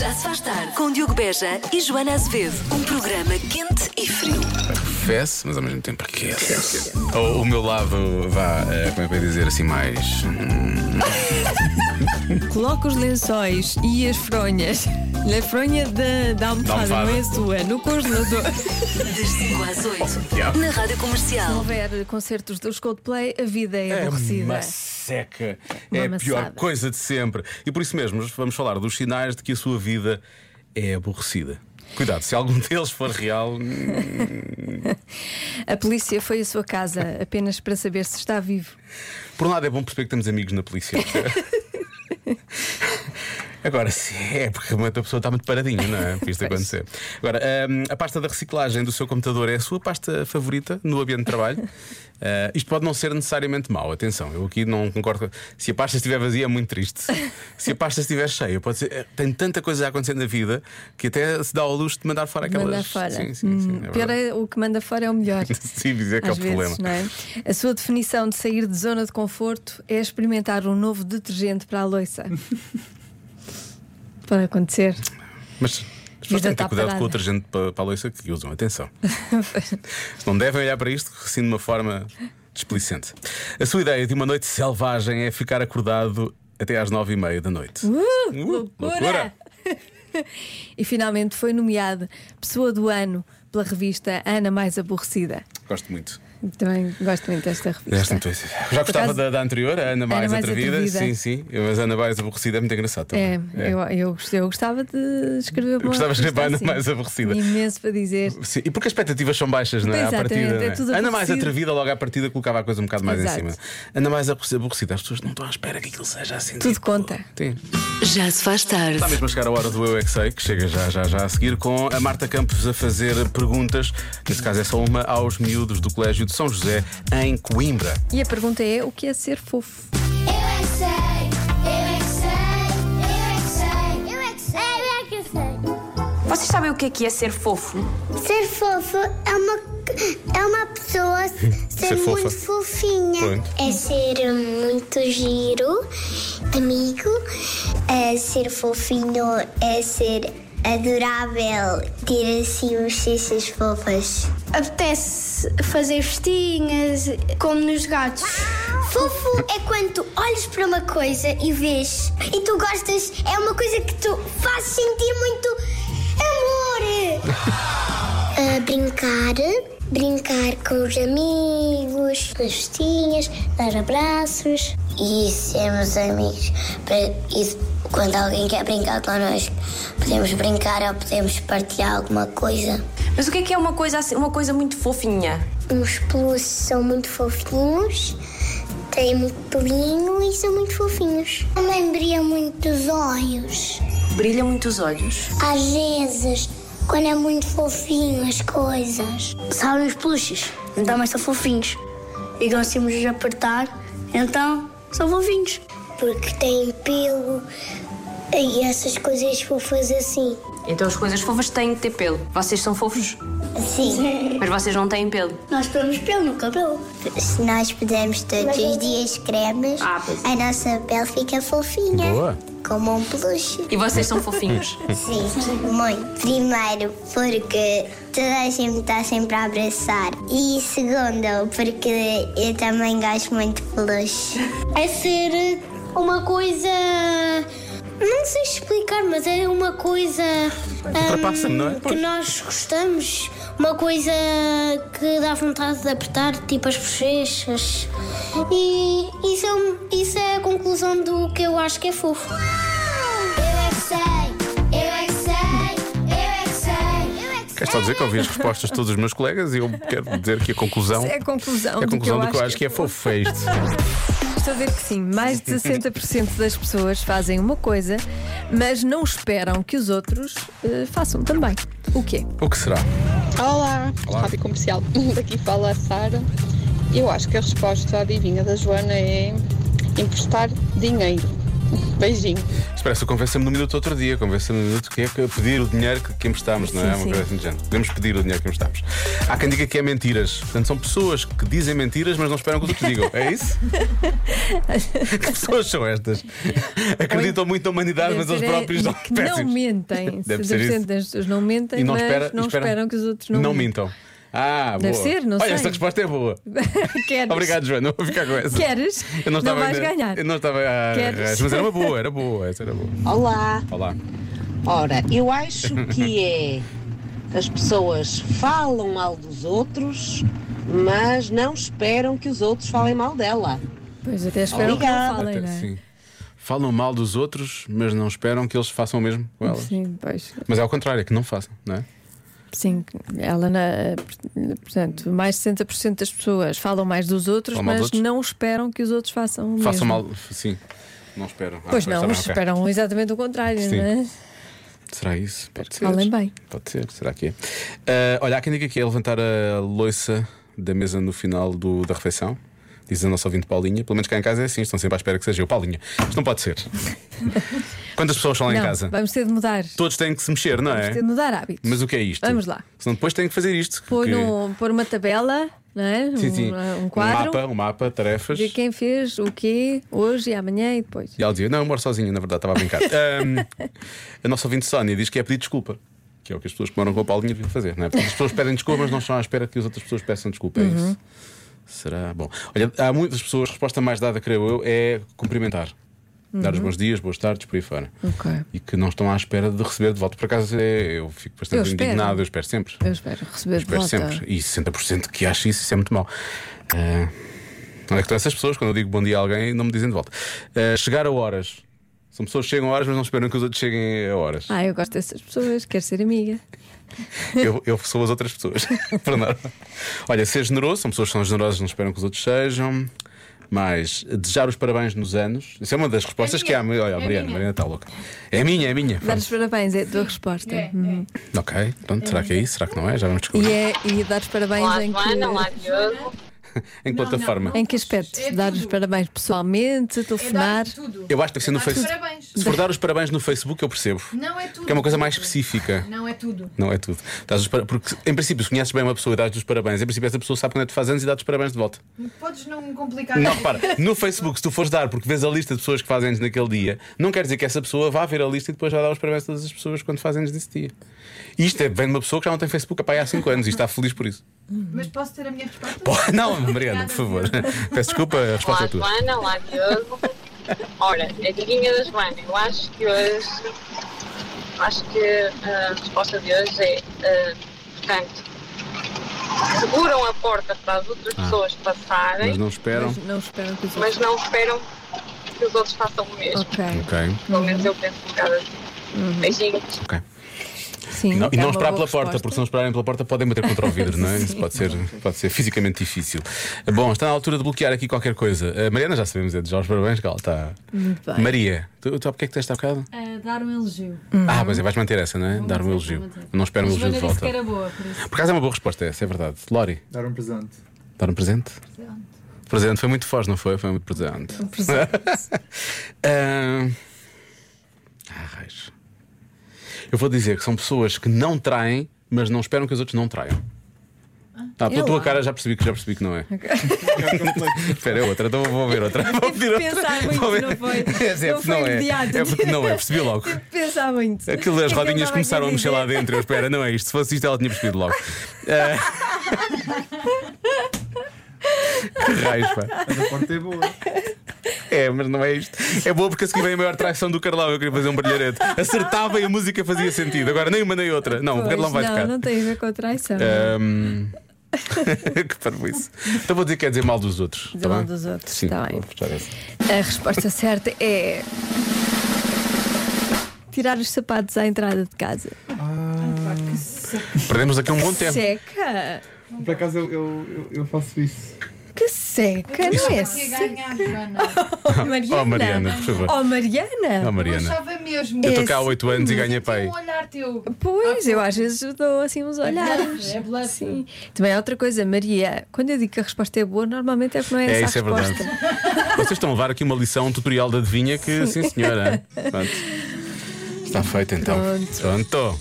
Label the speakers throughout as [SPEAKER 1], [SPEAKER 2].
[SPEAKER 1] Já se faz tarde com Diogo Beja e Joana Azevedo. Um programa quente e frio.
[SPEAKER 2] Fesse, mas ao mesmo tempo aquece. O, o meu lado, vá, eh, como é que eu ia dizer assim, mais. hum,
[SPEAKER 3] Coloca os lençóis e as fronhas na fronha da, da almofada,
[SPEAKER 2] Da almofada.
[SPEAKER 3] não é sua, no congelador.
[SPEAKER 1] Das 5 às 8.
[SPEAKER 2] Yeah.
[SPEAKER 1] Na rádio comercial.
[SPEAKER 3] houver concertos dos Coldplay, a vida é, aborrecida.
[SPEAKER 2] uma seca. é a
[SPEAKER 3] Uma
[SPEAKER 2] pior
[SPEAKER 3] amassada.
[SPEAKER 2] coisa de sempre. E por isso mesmo, vamos falar dos sinais de que a sua vida é aborrecida. Cuidado, se algum deles for real,
[SPEAKER 3] A polícia foi à sua casa apenas para saber se está vivo.
[SPEAKER 2] por um lado é bom perceber que temos amigos na polícia. Agora sim, é porque realmente a pessoa está muito paradinha, não é? Para isto acontecer. Agora, hum, a pasta da reciclagem do seu computador é a sua pasta favorita no ambiente de trabalho. Ah, isto pode não ser necessariamente mau, atenção, eu aqui não concordo. com- Se a pasta estiver vazia é muito triste. Se a pasta estiver cheia, pode ser. é, Tem tanta coisa a acontecer na vida que até se dá ao luxo de mandar fora aquelas.
[SPEAKER 3] Manda fora.
[SPEAKER 2] Sim, sim, sim.
[SPEAKER 3] Hum,
[SPEAKER 2] é
[SPEAKER 3] pior
[SPEAKER 2] verdade.
[SPEAKER 3] é o que manda fora é o melhor.
[SPEAKER 2] Sim, dizer que é o
[SPEAKER 3] Às
[SPEAKER 2] problema.
[SPEAKER 3] vezes, não é? A sua definição de sair de zona de conforto é experimentar um novo detergente para a loiça. Pode acontecer.
[SPEAKER 2] Mas as pessoas
[SPEAKER 3] Vida
[SPEAKER 2] têm que ter
[SPEAKER 3] tá
[SPEAKER 2] cuidado com
[SPEAKER 3] parada.
[SPEAKER 2] outra gente para, para a louça que usam, atenção. Se não devem olhar para isto assim de uma forma displicente. A sua ideia de uma noite selvagem é ficar acordado até às nove e meia da noite.
[SPEAKER 3] Uh,
[SPEAKER 2] Uh, loucura.
[SPEAKER 3] loucura! e finalmente foi nomeada Pessoa do Ano pela revista Ana Mais Aborrecida.
[SPEAKER 2] Gosto muito.
[SPEAKER 3] Também gosto muito desta
[SPEAKER 2] Gosto
[SPEAKER 3] revista.
[SPEAKER 2] muito. Já gostava
[SPEAKER 3] acaso,
[SPEAKER 2] da, da anterior, a Ana Mais,
[SPEAKER 3] Mais
[SPEAKER 2] atrevida.
[SPEAKER 3] Atrevida.
[SPEAKER 2] Sim, sim. Mas a Ana Mais Aborrecida é muito engraçado
[SPEAKER 3] É,
[SPEAKER 2] também.
[SPEAKER 3] Eu, eu, gost- eu gostava de escrever uma
[SPEAKER 2] gostava de escrever
[SPEAKER 3] revista
[SPEAKER 2] Ana
[SPEAKER 3] assim.
[SPEAKER 2] Mais Aborrecida.
[SPEAKER 3] Tinha Imenso para dizer.
[SPEAKER 2] Sim, e porque as expectativas são baixas, não é? À
[SPEAKER 3] Exatamente,
[SPEAKER 2] partida.
[SPEAKER 3] é
[SPEAKER 2] não
[SPEAKER 3] tudo
[SPEAKER 2] Ana mais
[SPEAKER 3] aborrecido.
[SPEAKER 2] atrevida, logo à partida, colocava a coisa um bocado mais
[SPEAKER 3] Exato.
[SPEAKER 2] em cima. Ana mais aborrecida, as pessoas não estão à espera que aquilo seja assim.
[SPEAKER 3] Tudo conta.
[SPEAKER 2] Sim.
[SPEAKER 1] Já se faz tarde.
[SPEAKER 2] Está mesmo a chegar a hora do Eu é que Sei, que chega já, já, já a seguir, com a Marta Campos a fazer perguntas, nesse caso é só uma, aos miúdos do Colégio de São José, em Coimbra.
[SPEAKER 3] E a pergunta é: o que é ser fofo?
[SPEAKER 4] Eu é que sei, eu é que sei, eu é que sei, eu é que sei, eu é que sei.
[SPEAKER 5] Vocês sabem o que é que é ser fofo?
[SPEAKER 4] Ser fofo é uma, é uma pessoa Hum, ser,
[SPEAKER 2] Ser fofa.
[SPEAKER 4] muito fofinha.
[SPEAKER 2] Pronto.
[SPEAKER 4] É ser muito giro, amigo. É ser fofinho, é ser adorável, ter assim os cestas fofas.
[SPEAKER 6] Apetece fazer festinhas, como nos gatos.
[SPEAKER 4] Fofo é quando tu olhas para uma coisa e vês e tu gostas, é uma coisa que tu faz sentir muito amor. brincar, brincar com os amigos, nas festinhas, dar abraços. E sermos amigos. Para- e quando alguém quer brincar connosco, podemos brincar ou podemos partilhar alguma coisa.
[SPEAKER 5] Mas o que é que é uma coisa, assim- uma coisa muito fofinha?
[SPEAKER 4] Os pelúcios são muito fofinhos, têm muito pelinho e são muito fofinhos. Também brilham muito os olhos.
[SPEAKER 5] Brilha muito os olhos.
[SPEAKER 4] Às vezes, quando é muito fofinho as coisas.
[SPEAKER 6] Sabem os peluches, então mais são fofinhos. E gostamos de apertar, então são fofinhos.
[SPEAKER 4] Porque têm pelo e essas coisas fofas assim.
[SPEAKER 5] Então as coisas fofas têm que ter pelo. Vocês são fofos,
[SPEAKER 4] Sim.
[SPEAKER 5] mas vocês não têm pelo.
[SPEAKER 6] Nós pomos pelo no cabelo.
[SPEAKER 4] Se nós pudermos todos os dias cremes,
[SPEAKER 5] é Ah, pois.
[SPEAKER 4] a nossa pele fica fofinha.
[SPEAKER 2] Boa.
[SPEAKER 4] Como um peluche.
[SPEAKER 5] E vocês são fofinhos.
[SPEAKER 4] Sim, muito. Primeiro, porque toda a gente está sempre a abraçar. E segundo, porque eu também gosto muito de peluche. É ser uma coisa. Não sei explicar, mas é uma coisa. hum,
[SPEAKER 2] Ultrapassa-me, não é?
[SPEAKER 4] Que nós gostamos. Uma coisa que dá vontade de apertar, tipo as bochechas. E isso é, um- isso é a conclusão do que eu acho que é fofo. Eu é que sei, eu é que sei, eu é que sei, eu é que sei.
[SPEAKER 2] Quero só dizer que ouvi as respostas de todos os meus colegas e eu quero dizer que a conclusão.
[SPEAKER 3] É a conclusão
[SPEAKER 2] é a
[SPEAKER 3] do que
[SPEAKER 2] conclusão
[SPEAKER 3] eu
[SPEAKER 2] do que eu
[SPEAKER 3] acho
[SPEAKER 2] acho que
[SPEAKER 3] que
[SPEAKER 2] é fofo, é isto.
[SPEAKER 3] Estou a ver que sim, mais de 60% das pessoas fazem uma coisa, mas não esperam que os outros eh, façam também. O quê?
[SPEAKER 2] O que será?
[SPEAKER 7] Olá, Rádio Comercial. Daqui fala a Sara. Eu acho que a resposta à adivinha da Joana é emprestar dinheiro. Beijinho.
[SPEAKER 2] Espera, convença-me no minuto outro dia, convença-me no minuto que é que- pedir o dinheiro que, que emprestámos, não é?
[SPEAKER 3] Sim,
[SPEAKER 2] É Uma
[SPEAKER 3] sim.
[SPEAKER 2] coisa assim do género. Podemos pedir o dinheiro que emprestámos. Há quem diga que é mentiras. Portanto, são pessoas que dizem mentiras, mas não esperam que os outros digam. É isso? que pessoas são estas? Acreditam muito na humanidade, mas eles
[SPEAKER 3] Deve ser,
[SPEAKER 2] próprios
[SPEAKER 3] é,
[SPEAKER 2] são
[SPEAKER 3] que
[SPEAKER 2] péssimos.
[SPEAKER 3] Não mentem.
[SPEAKER 2] Deve
[SPEAKER 3] 70%
[SPEAKER 2] ser isso.
[SPEAKER 3] das pessoas não mentem,
[SPEAKER 2] E não,
[SPEAKER 3] mas
[SPEAKER 2] espera-
[SPEAKER 3] não
[SPEAKER 2] espera-
[SPEAKER 3] esperam que os outros não,
[SPEAKER 2] mintam. Ah,
[SPEAKER 3] Deve
[SPEAKER 2] boa.
[SPEAKER 3] ser, não
[SPEAKER 2] Olha,
[SPEAKER 3] sei.
[SPEAKER 2] esta resposta é boa.
[SPEAKER 3] Queres?
[SPEAKER 2] Obrigado, Joana. Vou ficar com essa.
[SPEAKER 3] Queres?
[SPEAKER 2] Eu não,
[SPEAKER 3] não
[SPEAKER 2] estava
[SPEAKER 3] vais
[SPEAKER 2] ainda-
[SPEAKER 3] ganhar.
[SPEAKER 2] Eu não estava. a-
[SPEAKER 3] Queres?
[SPEAKER 2] Mas era uma boa, era boa. Essa era boa.
[SPEAKER 8] Olá.
[SPEAKER 2] Olá.
[SPEAKER 8] Ora, eu acho que é. As pessoas falam mal dos outros, mas não esperam que os outros falem mal dela.
[SPEAKER 3] Pois até esperam
[SPEAKER 8] Obrigada.
[SPEAKER 3] que não falem,
[SPEAKER 2] Até-
[SPEAKER 3] não é?
[SPEAKER 2] sim. Falam mal dos outros, mas não esperam que eles façam o mesmo com elas.
[SPEAKER 3] Sim, pois.
[SPEAKER 2] Mas é ao contrário, é que não façam, não é?
[SPEAKER 3] Sim, ela, na- portanto, mais de 60% das pessoas falam mais dos outros,
[SPEAKER 2] Falam mal
[SPEAKER 3] mas
[SPEAKER 2] dos outros?
[SPEAKER 3] não esperam que os outros façam o
[SPEAKER 2] Façam
[SPEAKER 3] mesmo.
[SPEAKER 2] mal, sim. Não esperam. Ah,
[SPEAKER 3] Pois
[SPEAKER 2] tá
[SPEAKER 3] não,
[SPEAKER 2] bem, ok.
[SPEAKER 3] esperam exatamente o contrário,
[SPEAKER 2] Sim.
[SPEAKER 3] não é?
[SPEAKER 2] Será isso? Pode ser.
[SPEAKER 3] falem bem.
[SPEAKER 2] Pode ser, será que é? Ah, olha, há quem diga que é levantar a loiça da mesa no final do- da refeição. Diz a nossa ouvinte Paulinha. Pelo menos cá em casa é assim, estão sempre à espera que seja eu. Paulinha, isto não pode ser. Quantas pessoas estão lá
[SPEAKER 3] não,
[SPEAKER 2] em casa?
[SPEAKER 3] Vamos ter de mudar.
[SPEAKER 2] Todos têm que se mexer, não
[SPEAKER 3] Vamos
[SPEAKER 2] é?
[SPEAKER 3] ter de mudar hábitos.
[SPEAKER 2] Mas o que é isto?
[SPEAKER 3] Vamos lá.
[SPEAKER 2] Senão depois têm que fazer isto.
[SPEAKER 3] Pôr,
[SPEAKER 2] que-
[SPEAKER 3] um- pôr uma tabela, não é?
[SPEAKER 2] Sim, sim.
[SPEAKER 3] Um, um quadro.
[SPEAKER 2] Um mapa, um mapa, tarefas.
[SPEAKER 3] De quem fez o quê hoje e amanhã e depois.
[SPEAKER 2] E ela dizia: Não, eu moro sozinha, na verdade, estava a brincar. Ahm, a nossa ouvinte Sónia diz que é pedir desculpa. Que é o que as pessoas que moram com a Paulinha deviam fazer, não é? Porque as pessoas pedem desculpa, mas não estão à espera que as outras pessoas peçam desculpa. É
[SPEAKER 3] Uhum.
[SPEAKER 2] isso. Será? Bom, olha, há muitas pessoas, a resposta mais dada, creio eu, é cumprimentar. Dar os bons dias, boas tardes, por aí fora.
[SPEAKER 3] Uhum. Ok.
[SPEAKER 2] E que não estão à espera de receber de volta. Por acaso, é- eu fico bastante
[SPEAKER 3] Eu espero.
[SPEAKER 2] indignado, eu espero sempre.
[SPEAKER 3] Eu espero receber de
[SPEAKER 2] Espero
[SPEAKER 3] volta.
[SPEAKER 2] sempre. E 60% que acha isso, isso é muito mau. Ah, Olha que estão essas pessoas, quando eu digo bom dia a alguém, não me dizem de volta. Ah, chegar a horas. São pessoas que chegam a horas, mas não esperam que os outros cheguem a horas.
[SPEAKER 3] Ah, eu gosto dessas pessoas, quero ser amiga.
[SPEAKER 2] Eu, eu sou as outras pessoas. Por nada. Olha, ser generoso, são pessoas que são generosas, não esperam que os outros sejam. Mas desejar os parabéns nos anos. Isso é uma das respostas que há. Olha, a Mariana, a Mariana está louca. É minha, é minha.
[SPEAKER 3] Dar os parabéns é a tua resposta. Uhum.
[SPEAKER 2] Ok, pronto, será que é isso? Será que não é? Já vamos descobrir.
[SPEAKER 3] E, é, e dar os parabéns
[SPEAKER 7] Olá,
[SPEAKER 3] em que.
[SPEAKER 7] Joana. Olá, Diogo.
[SPEAKER 2] Em que plataforma?
[SPEAKER 3] Em que aspectos? Dar os parabéns pessoalmente, telefonar.
[SPEAKER 2] Eu acho que deve ser no Facebook.
[SPEAKER 9] parabéns.
[SPEAKER 2] Se for dar os parabéns no Facebook, eu percebo.
[SPEAKER 9] Não é tudo.
[SPEAKER 2] Que é uma coisa mais específica.
[SPEAKER 9] Não é tudo.
[SPEAKER 2] Não é tudo. Dás os para- Porque, em princípio, se conheces bem uma pessoa e dás-lhe os parabéns, em princípio, essa pessoa sabe quando é que tu fazes anos e dá-te os parabéns de volta.
[SPEAKER 9] Podes não me complicar.
[SPEAKER 2] Não, repara, no Facebook, se tu fores dar, porque vês a lista de pessoas que fazem anos naquele dia, não quer dizer que essa pessoa vá ver a lista e depois já dá os parabéns a todas as pessoas quando fazem anos desse dia. E Isto é, vem de uma pessoa que já não tem Facebook apá, há 5 anos e está feliz por isso.
[SPEAKER 9] Mas posso ter a minha resposta?
[SPEAKER 2] Pô, não, Mariana, por favor. Peço desculpa, a resposta
[SPEAKER 7] Olá,
[SPEAKER 2] é tua.
[SPEAKER 7] Joana. Olá, Diogo. Ora, a diquinha da Joana. Eu acho que hoje. Acho que ah, a resposta de hoje é. ah, portanto, seguram a porta para as outras pessoas passarem,
[SPEAKER 2] Ah. Mas não esperam.
[SPEAKER 3] Mas não esperam que os outros.
[SPEAKER 7] mas não esperam que os outros façam o mesmo.
[SPEAKER 3] Ok,
[SPEAKER 2] Ok,
[SPEAKER 7] Pelo menos eu penso um bocado assim. Beijinhos.
[SPEAKER 2] ok.
[SPEAKER 3] sim.
[SPEAKER 2] E não, e
[SPEAKER 3] é
[SPEAKER 2] não
[SPEAKER 3] uma
[SPEAKER 2] esperar pela
[SPEAKER 3] boa
[SPEAKER 2] porta,
[SPEAKER 3] resposta.
[SPEAKER 2] porque se não esperarem pela porta podem bater contra o vidro, não é? Isso pode ser, pode ser fisicamente difícil. Bom, está na altura de bloquear aqui qualquer coisa. A Mariana já sabemos, é de já os parabéns, que ela está.
[SPEAKER 3] Muito bem.
[SPEAKER 2] Maria, tu, tu há porque é que tens há bocado?
[SPEAKER 10] dar um elogio.
[SPEAKER 3] Hum.
[SPEAKER 2] Ah, pois é, vais manter essa, não é? Dar um elogio. Não espero um elogio de volta.
[SPEAKER 10] boa, por isso.
[SPEAKER 2] Por acaso é uma boa resposta, essa é verdade. Lori,
[SPEAKER 11] Dar um presente.
[SPEAKER 2] dar um presente? Presente foi muito foz, não foi? Foi muito presente. Ah, ah, raios. Eu vou dizer que são pessoas que não traem, mas não esperam que os outros não traiam. Ah, pela
[SPEAKER 3] É
[SPEAKER 2] tua
[SPEAKER 3] lá.
[SPEAKER 2] cara já percebi que já percebi que não é. Espera, é outra, então vou ver outra. Vou pedir outra.
[SPEAKER 3] Pensar muito,
[SPEAKER 2] Vou ver.
[SPEAKER 3] não foi?
[SPEAKER 2] É, é,
[SPEAKER 3] Não foi
[SPEAKER 2] não é.
[SPEAKER 3] imediato.
[SPEAKER 2] É porque não é, percebi logo.
[SPEAKER 3] Pensar muito.
[SPEAKER 2] Aquilo
[SPEAKER 3] O que é
[SPEAKER 2] das
[SPEAKER 3] que ele
[SPEAKER 2] rodinhas
[SPEAKER 3] estava
[SPEAKER 2] começaram a
[SPEAKER 3] querer
[SPEAKER 2] mexer lá
[SPEAKER 3] dizer?
[SPEAKER 2] dentro. Eu espera, não é isto. Se fosse isto, ela tinha percebido logo. Eh, Ah. Que raios, pá.
[SPEAKER 11] Mas a porta é boa.
[SPEAKER 2] É, mas não é isto. É boa porque a seguir vem a maior traição do Carlão. Eu queria fazer um brilharete. Acertava e a música fazia sentido. Agora nem uma nem outra. Não, o
[SPEAKER 3] Pois,
[SPEAKER 2] Carlão vai É, tá
[SPEAKER 3] não,
[SPEAKER 2] tocar.
[SPEAKER 3] Não tem a ver com a traição. é?
[SPEAKER 2] Ahm, que parvoíce. Então vou dizer que é dizer mal dos outros.
[SPEAKER 3] Dizer
[SPEAKER 2] tá
[SPEAKER 3] mal
[SPEAKER 2] bem?
[SPEAKER 3] dos outros,
[SPEAKER 2] Sim,
[SPEAKER 3] tá bem.
[SPEAKER 2] vou fechar essa.
[SPEAKER 3] A resposta certa é. Tirar os sapatos à entrada de casa.
[SPEAKER 2] Perdemos aqui um bom tempo.
[SPEAKER 3] Seca!
[SPEAKER 11] Por acaso eu, eu, eu- eu faço isso.
[SPEAKER 3] que seca, não é?
[SPEAKER 9] ganhar, Joana.
[SPEAKER 3] Oh, Mariana.
[SPEAKER 2] Oh, Mariana, por favor.
[SPEAKER 3] Oh, Mariana.
[SPEAKER 2] Oh, Mariana.
[SPEAKER 9] Eu achava mesmo.
[SPEAKER 2] Eu estou
[SPEAKER 3] Esse-
[SPEAKER 2] cá há 8 anos e ganhei pai.
[SPEAKER 9] Um olhar teu.
[SPEAKER 3] Pois, eu às vezes dou assim uns olhares.
[SPEAKER 9] É bluff.
[SPEAKER 3] Sim. Também há outra coisa, Maria, quando eu digo que a resposta é boa, normalmente é porque não é,
[SPEAKER 2] É, isso
[SPEAKER 3] essa a
[SPEAKER 2] é verdade.
[SPEAKER 3] resposta.
[SPEAKER 2] Vocês estão a levar aqui uma lição, um tutorial da adivinha que, sim, senhora. Pronto. Está feito então. Pronto.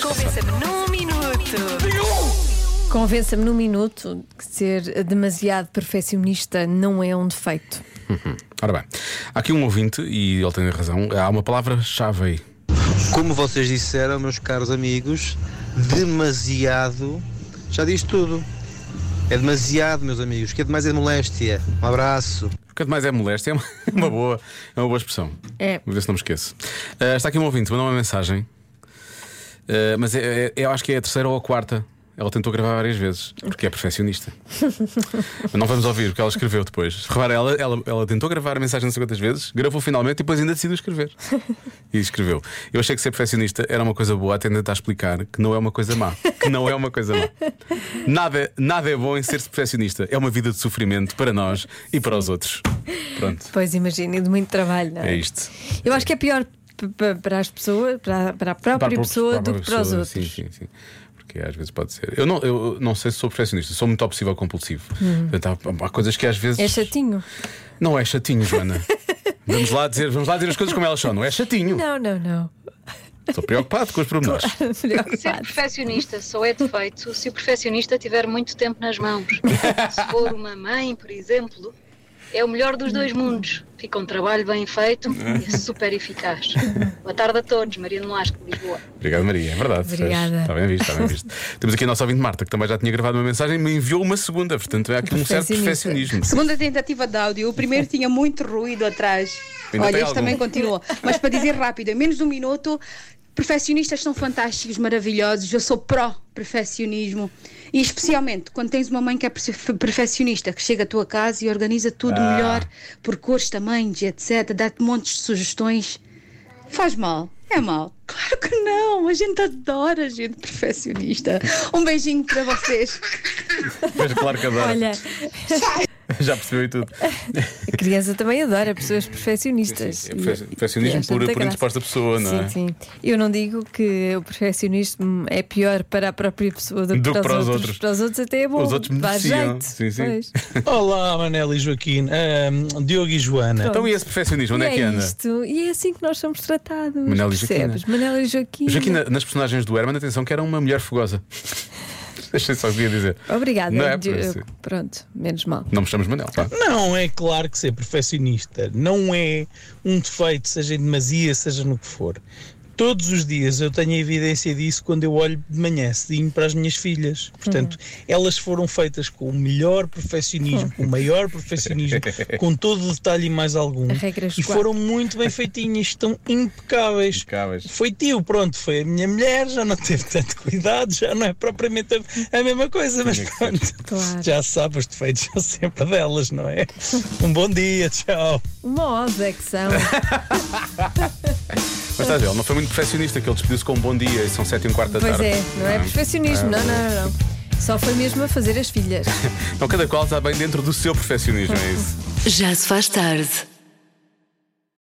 [SPEAKER 1] Convença-me num minuto.
[SPEAKER 3] Convença-me num minuto que ser demasiado perfeccionista não é um defeito.
[SPEAKER 2] Ora bem, há aqui um ouvinte, e ele tem razão, há uma palavra-chave aí.
[SPEAKER 11] Como vocês disseram, meus caros amigos, demasiado já diz tudo. É demasiado, meus amigos, que é demais é moléstia. Um abraço.
[SPEAKER 2] O que é demais é moléstia, é uma- é uma boa, é uma boa expressão.
[SPEAKER 3] É.
[SPEAKER 2] Vou ver se não me esqueço. Ah, está aqui um ouvinte, mandou uma mensagem, Ah, mas é- é- eu acho que é a terceira ou a quarta. Ela tentou gravar várias vezes, porque é perfeccionista. Mas não vamos ouvir, porque ela escreveu depois. Repara, ela, ela, ela tentou gravar a mensagem não sei quantas vezes, gravou finalmente e depois ainda decidiu escrever. E escreveu. Eu achei que ser perfeccionista era uma coisa boa, até tentar explicar que não é uma coisa má. Que não é uma coisa má. Nada, nada é bom em ser perfeccionista. É uma vida de sofrimento para nós e para os outros. Pronto,
[SPEAKER 3] Pois imagina, de muito trabalho, não
[SPEAKER 2] é
[SPEAKER 3] é?
[SPEAKER 2] isto.
[SPEAKER 3] Eu acho que é pior p- p- para as pessoas, para, para a própria
[SPEAKER 2] Para a É própria-
[SPEAKER 3] pessoa
[SPEAKER 2] para a
[SPEAKER 3] do que
[SPEAKER 2] própria
[SPEAKER 3] para os
[SPEAKER 2] pessoa,
[SPEAKER 3] outros.
[SPEAKER 2] Sim, sim, sim. Porque às vezes pode ser. Eu não, eu não sei se sou perfeccionista, sou muito obsessivo ou compulsivo. Portanto, há, há coisas que às vezes.
[SPEAKER 3] Uhum. É chatinho?
[SPEAKER 2] Não é chatinho, Joana. vamos, lá dizer, vamos lá dizer as coisas como elas são. Não é chatinho.
[SPEAKER 3] Não, não, não.
[SPEAKER 2] Estou preocupado com os pormenores.
[SPEAKER 12] Ser
[SPEAKER 3] Preocupado.
[SPEAKER 12] perfeccionista só é defeito se o perfeccionista tiver muito tempo nas mãos. Se for uma mãe, por exemplo, é o melhor dos dois mundos. Fica um trabalho bem feito e é super eficaz. Boa tarde a todos. Maria de Nolasco, de Lisboa.
[SPEAKER 2] Obrigado, Maria, é verdade.
[SPEAKER 12] Obrigada.
[SPEAKER 2] Está bem visto, está bem visto. Temos aqui a nossa ouvinte Marta, que também já tinha gravado uma mensagem e me enviou uma segunda, portanto é aqui um certo perfeccionismo.
[SPEAKER 13] Segunda tentativa de áudio. O primeiro tinha muito ruído atrás.
[SPEAKER 2] Ainda
[SPEAKER 13] Olha,
[SPEAKER 2] tem
[SPEAKER 13] este
[SPEAKER 2] algum?
[SPEAKER 13] também continua. Mas para dizer rápido, em menos de um minuto, perfeccionistas são fantásticos, maravilhosos. Eu sou pró-perfeccionismo. E especialmente quando tens uma mãe que é perfe- perfeccionista, que chega à tua casa e organiza tudo
[SPEAKER 14] Ah.
[SPEAKER 13] melhor, por cores, tamanhos, etc., dá-te montes de sugestões. Faz mal. É mal. Claro que não. A gente adora gente perfeccionista. Um beijinho para vocês.
[SPEAKER 2] Mas claro que adora.
[SPEAKER 3] Olha,
[SPEAKER 2] Já percebeu e tudo.
[SPEAKER 3] a criança também adora pessoas perfeccionistas.
[SPEAKER 2] É perfe- perfeccionismo
[SPEAKER 3] Acho
[SPEAKER 2] por,
[SPEAKER 3] muita
[SPEAKER 2] por
[SPEAKER 3] graça.
[SPEAKER 2] indisposta pessoa, não é?
[SPEAKER 3] Sim, sim. Eu não digo que o perfeccionismo é pior para a própria pessoa do que
[SPEAKER 15] Do
[SPEAKER 3] para,
[SPEAKER 15] que para
[SPEAKER 3] os
[SPEAKER 15] os
[SPEAKER 3] outros.
[SPEAKER 15] outros.
[SPEAKER 3] Para os outros até é bom.
[SPEAKER 15] Os outros
[SPEAKER 3] Dá
[SPEAKER 15] beneficiam.
[SPEAKER 3] jeito.
[SPEAKER 15] Sim, sim.
[SPEAKER 3] Pois.
[SPEAKER 15] Olá, Manela e Joaquim, Ahm, Diogo e Joana.
[SPEAKER 2] Então, e esse perfeccionismo, onde é
[SPEAKER 3] E
[SPEAKER 2] que anda?
[SPEAKER 3] isto. E é assim que nós somos tratados.
[SPEAKER 2] Manela e
[SPEAKER 3] percebes?
[SPEAKER 2] Joaquina.
[SPEAKER 3] Manela e Joaquim.
[SPEAKER 2] Mas aqui na- nas personagens do Herman, atenção que era uma mulher fogosa. Achei só o que ia dizer.
[SPEAKER 3] Obrigada.
[SPEAKER 2] Não, é,
[SPEAKER 3] Di-
[SPEAKER 2] Por isso.
[SPEAKER 3] Pronto, menos mal.
[SPEAKER 2] não me chamas Manel. pá.
[SPEAKER 15] Não, é claro que ser perfeccionista não é um defeito, seja em demasia, seja no que for. Todos os dias eu tenho a evidência disso quando eu olho de manhã cedinho para as minhas filhas. Portanto, elas foram feitas com o melhor perfeccionismo, com o maior perfeccionismo, com todo o detalhe e mais algum.
[SPEAKER 3] Regras
[SPEAKER 15] E
[SPEAKER 3] quatro.
[SPEAKER 15] foram muito bem feitinhas, estão impecáveis. Foi tio, pronto, foi a minha mulher, já não teve tanto cuidado, já não é propriamente a, a mesma coisa, mas pronto. Já sabe, os defeitos são sempre delas, não é? Um bom dia, tchau.
[SPEAKER 3] Uma ode é que são.
[SPEAKER 2] Mas estás a ver, ele não foi muito perfeccionista, que ele despediu-se com um bom dia e são sete e um quarto da
[SPEAKER 3] pois
[SPEAKER 2] tarde.
[SPEAKER 3] é, não é perfeccionismo. Não, não, não, não. Só foi mesmo a fazer as filhas.
[SPEAKER 2] Então, cada qual está bem dentro do seu perfeccionismo, é isso.
[SPEAKER 1] Já se faz tarde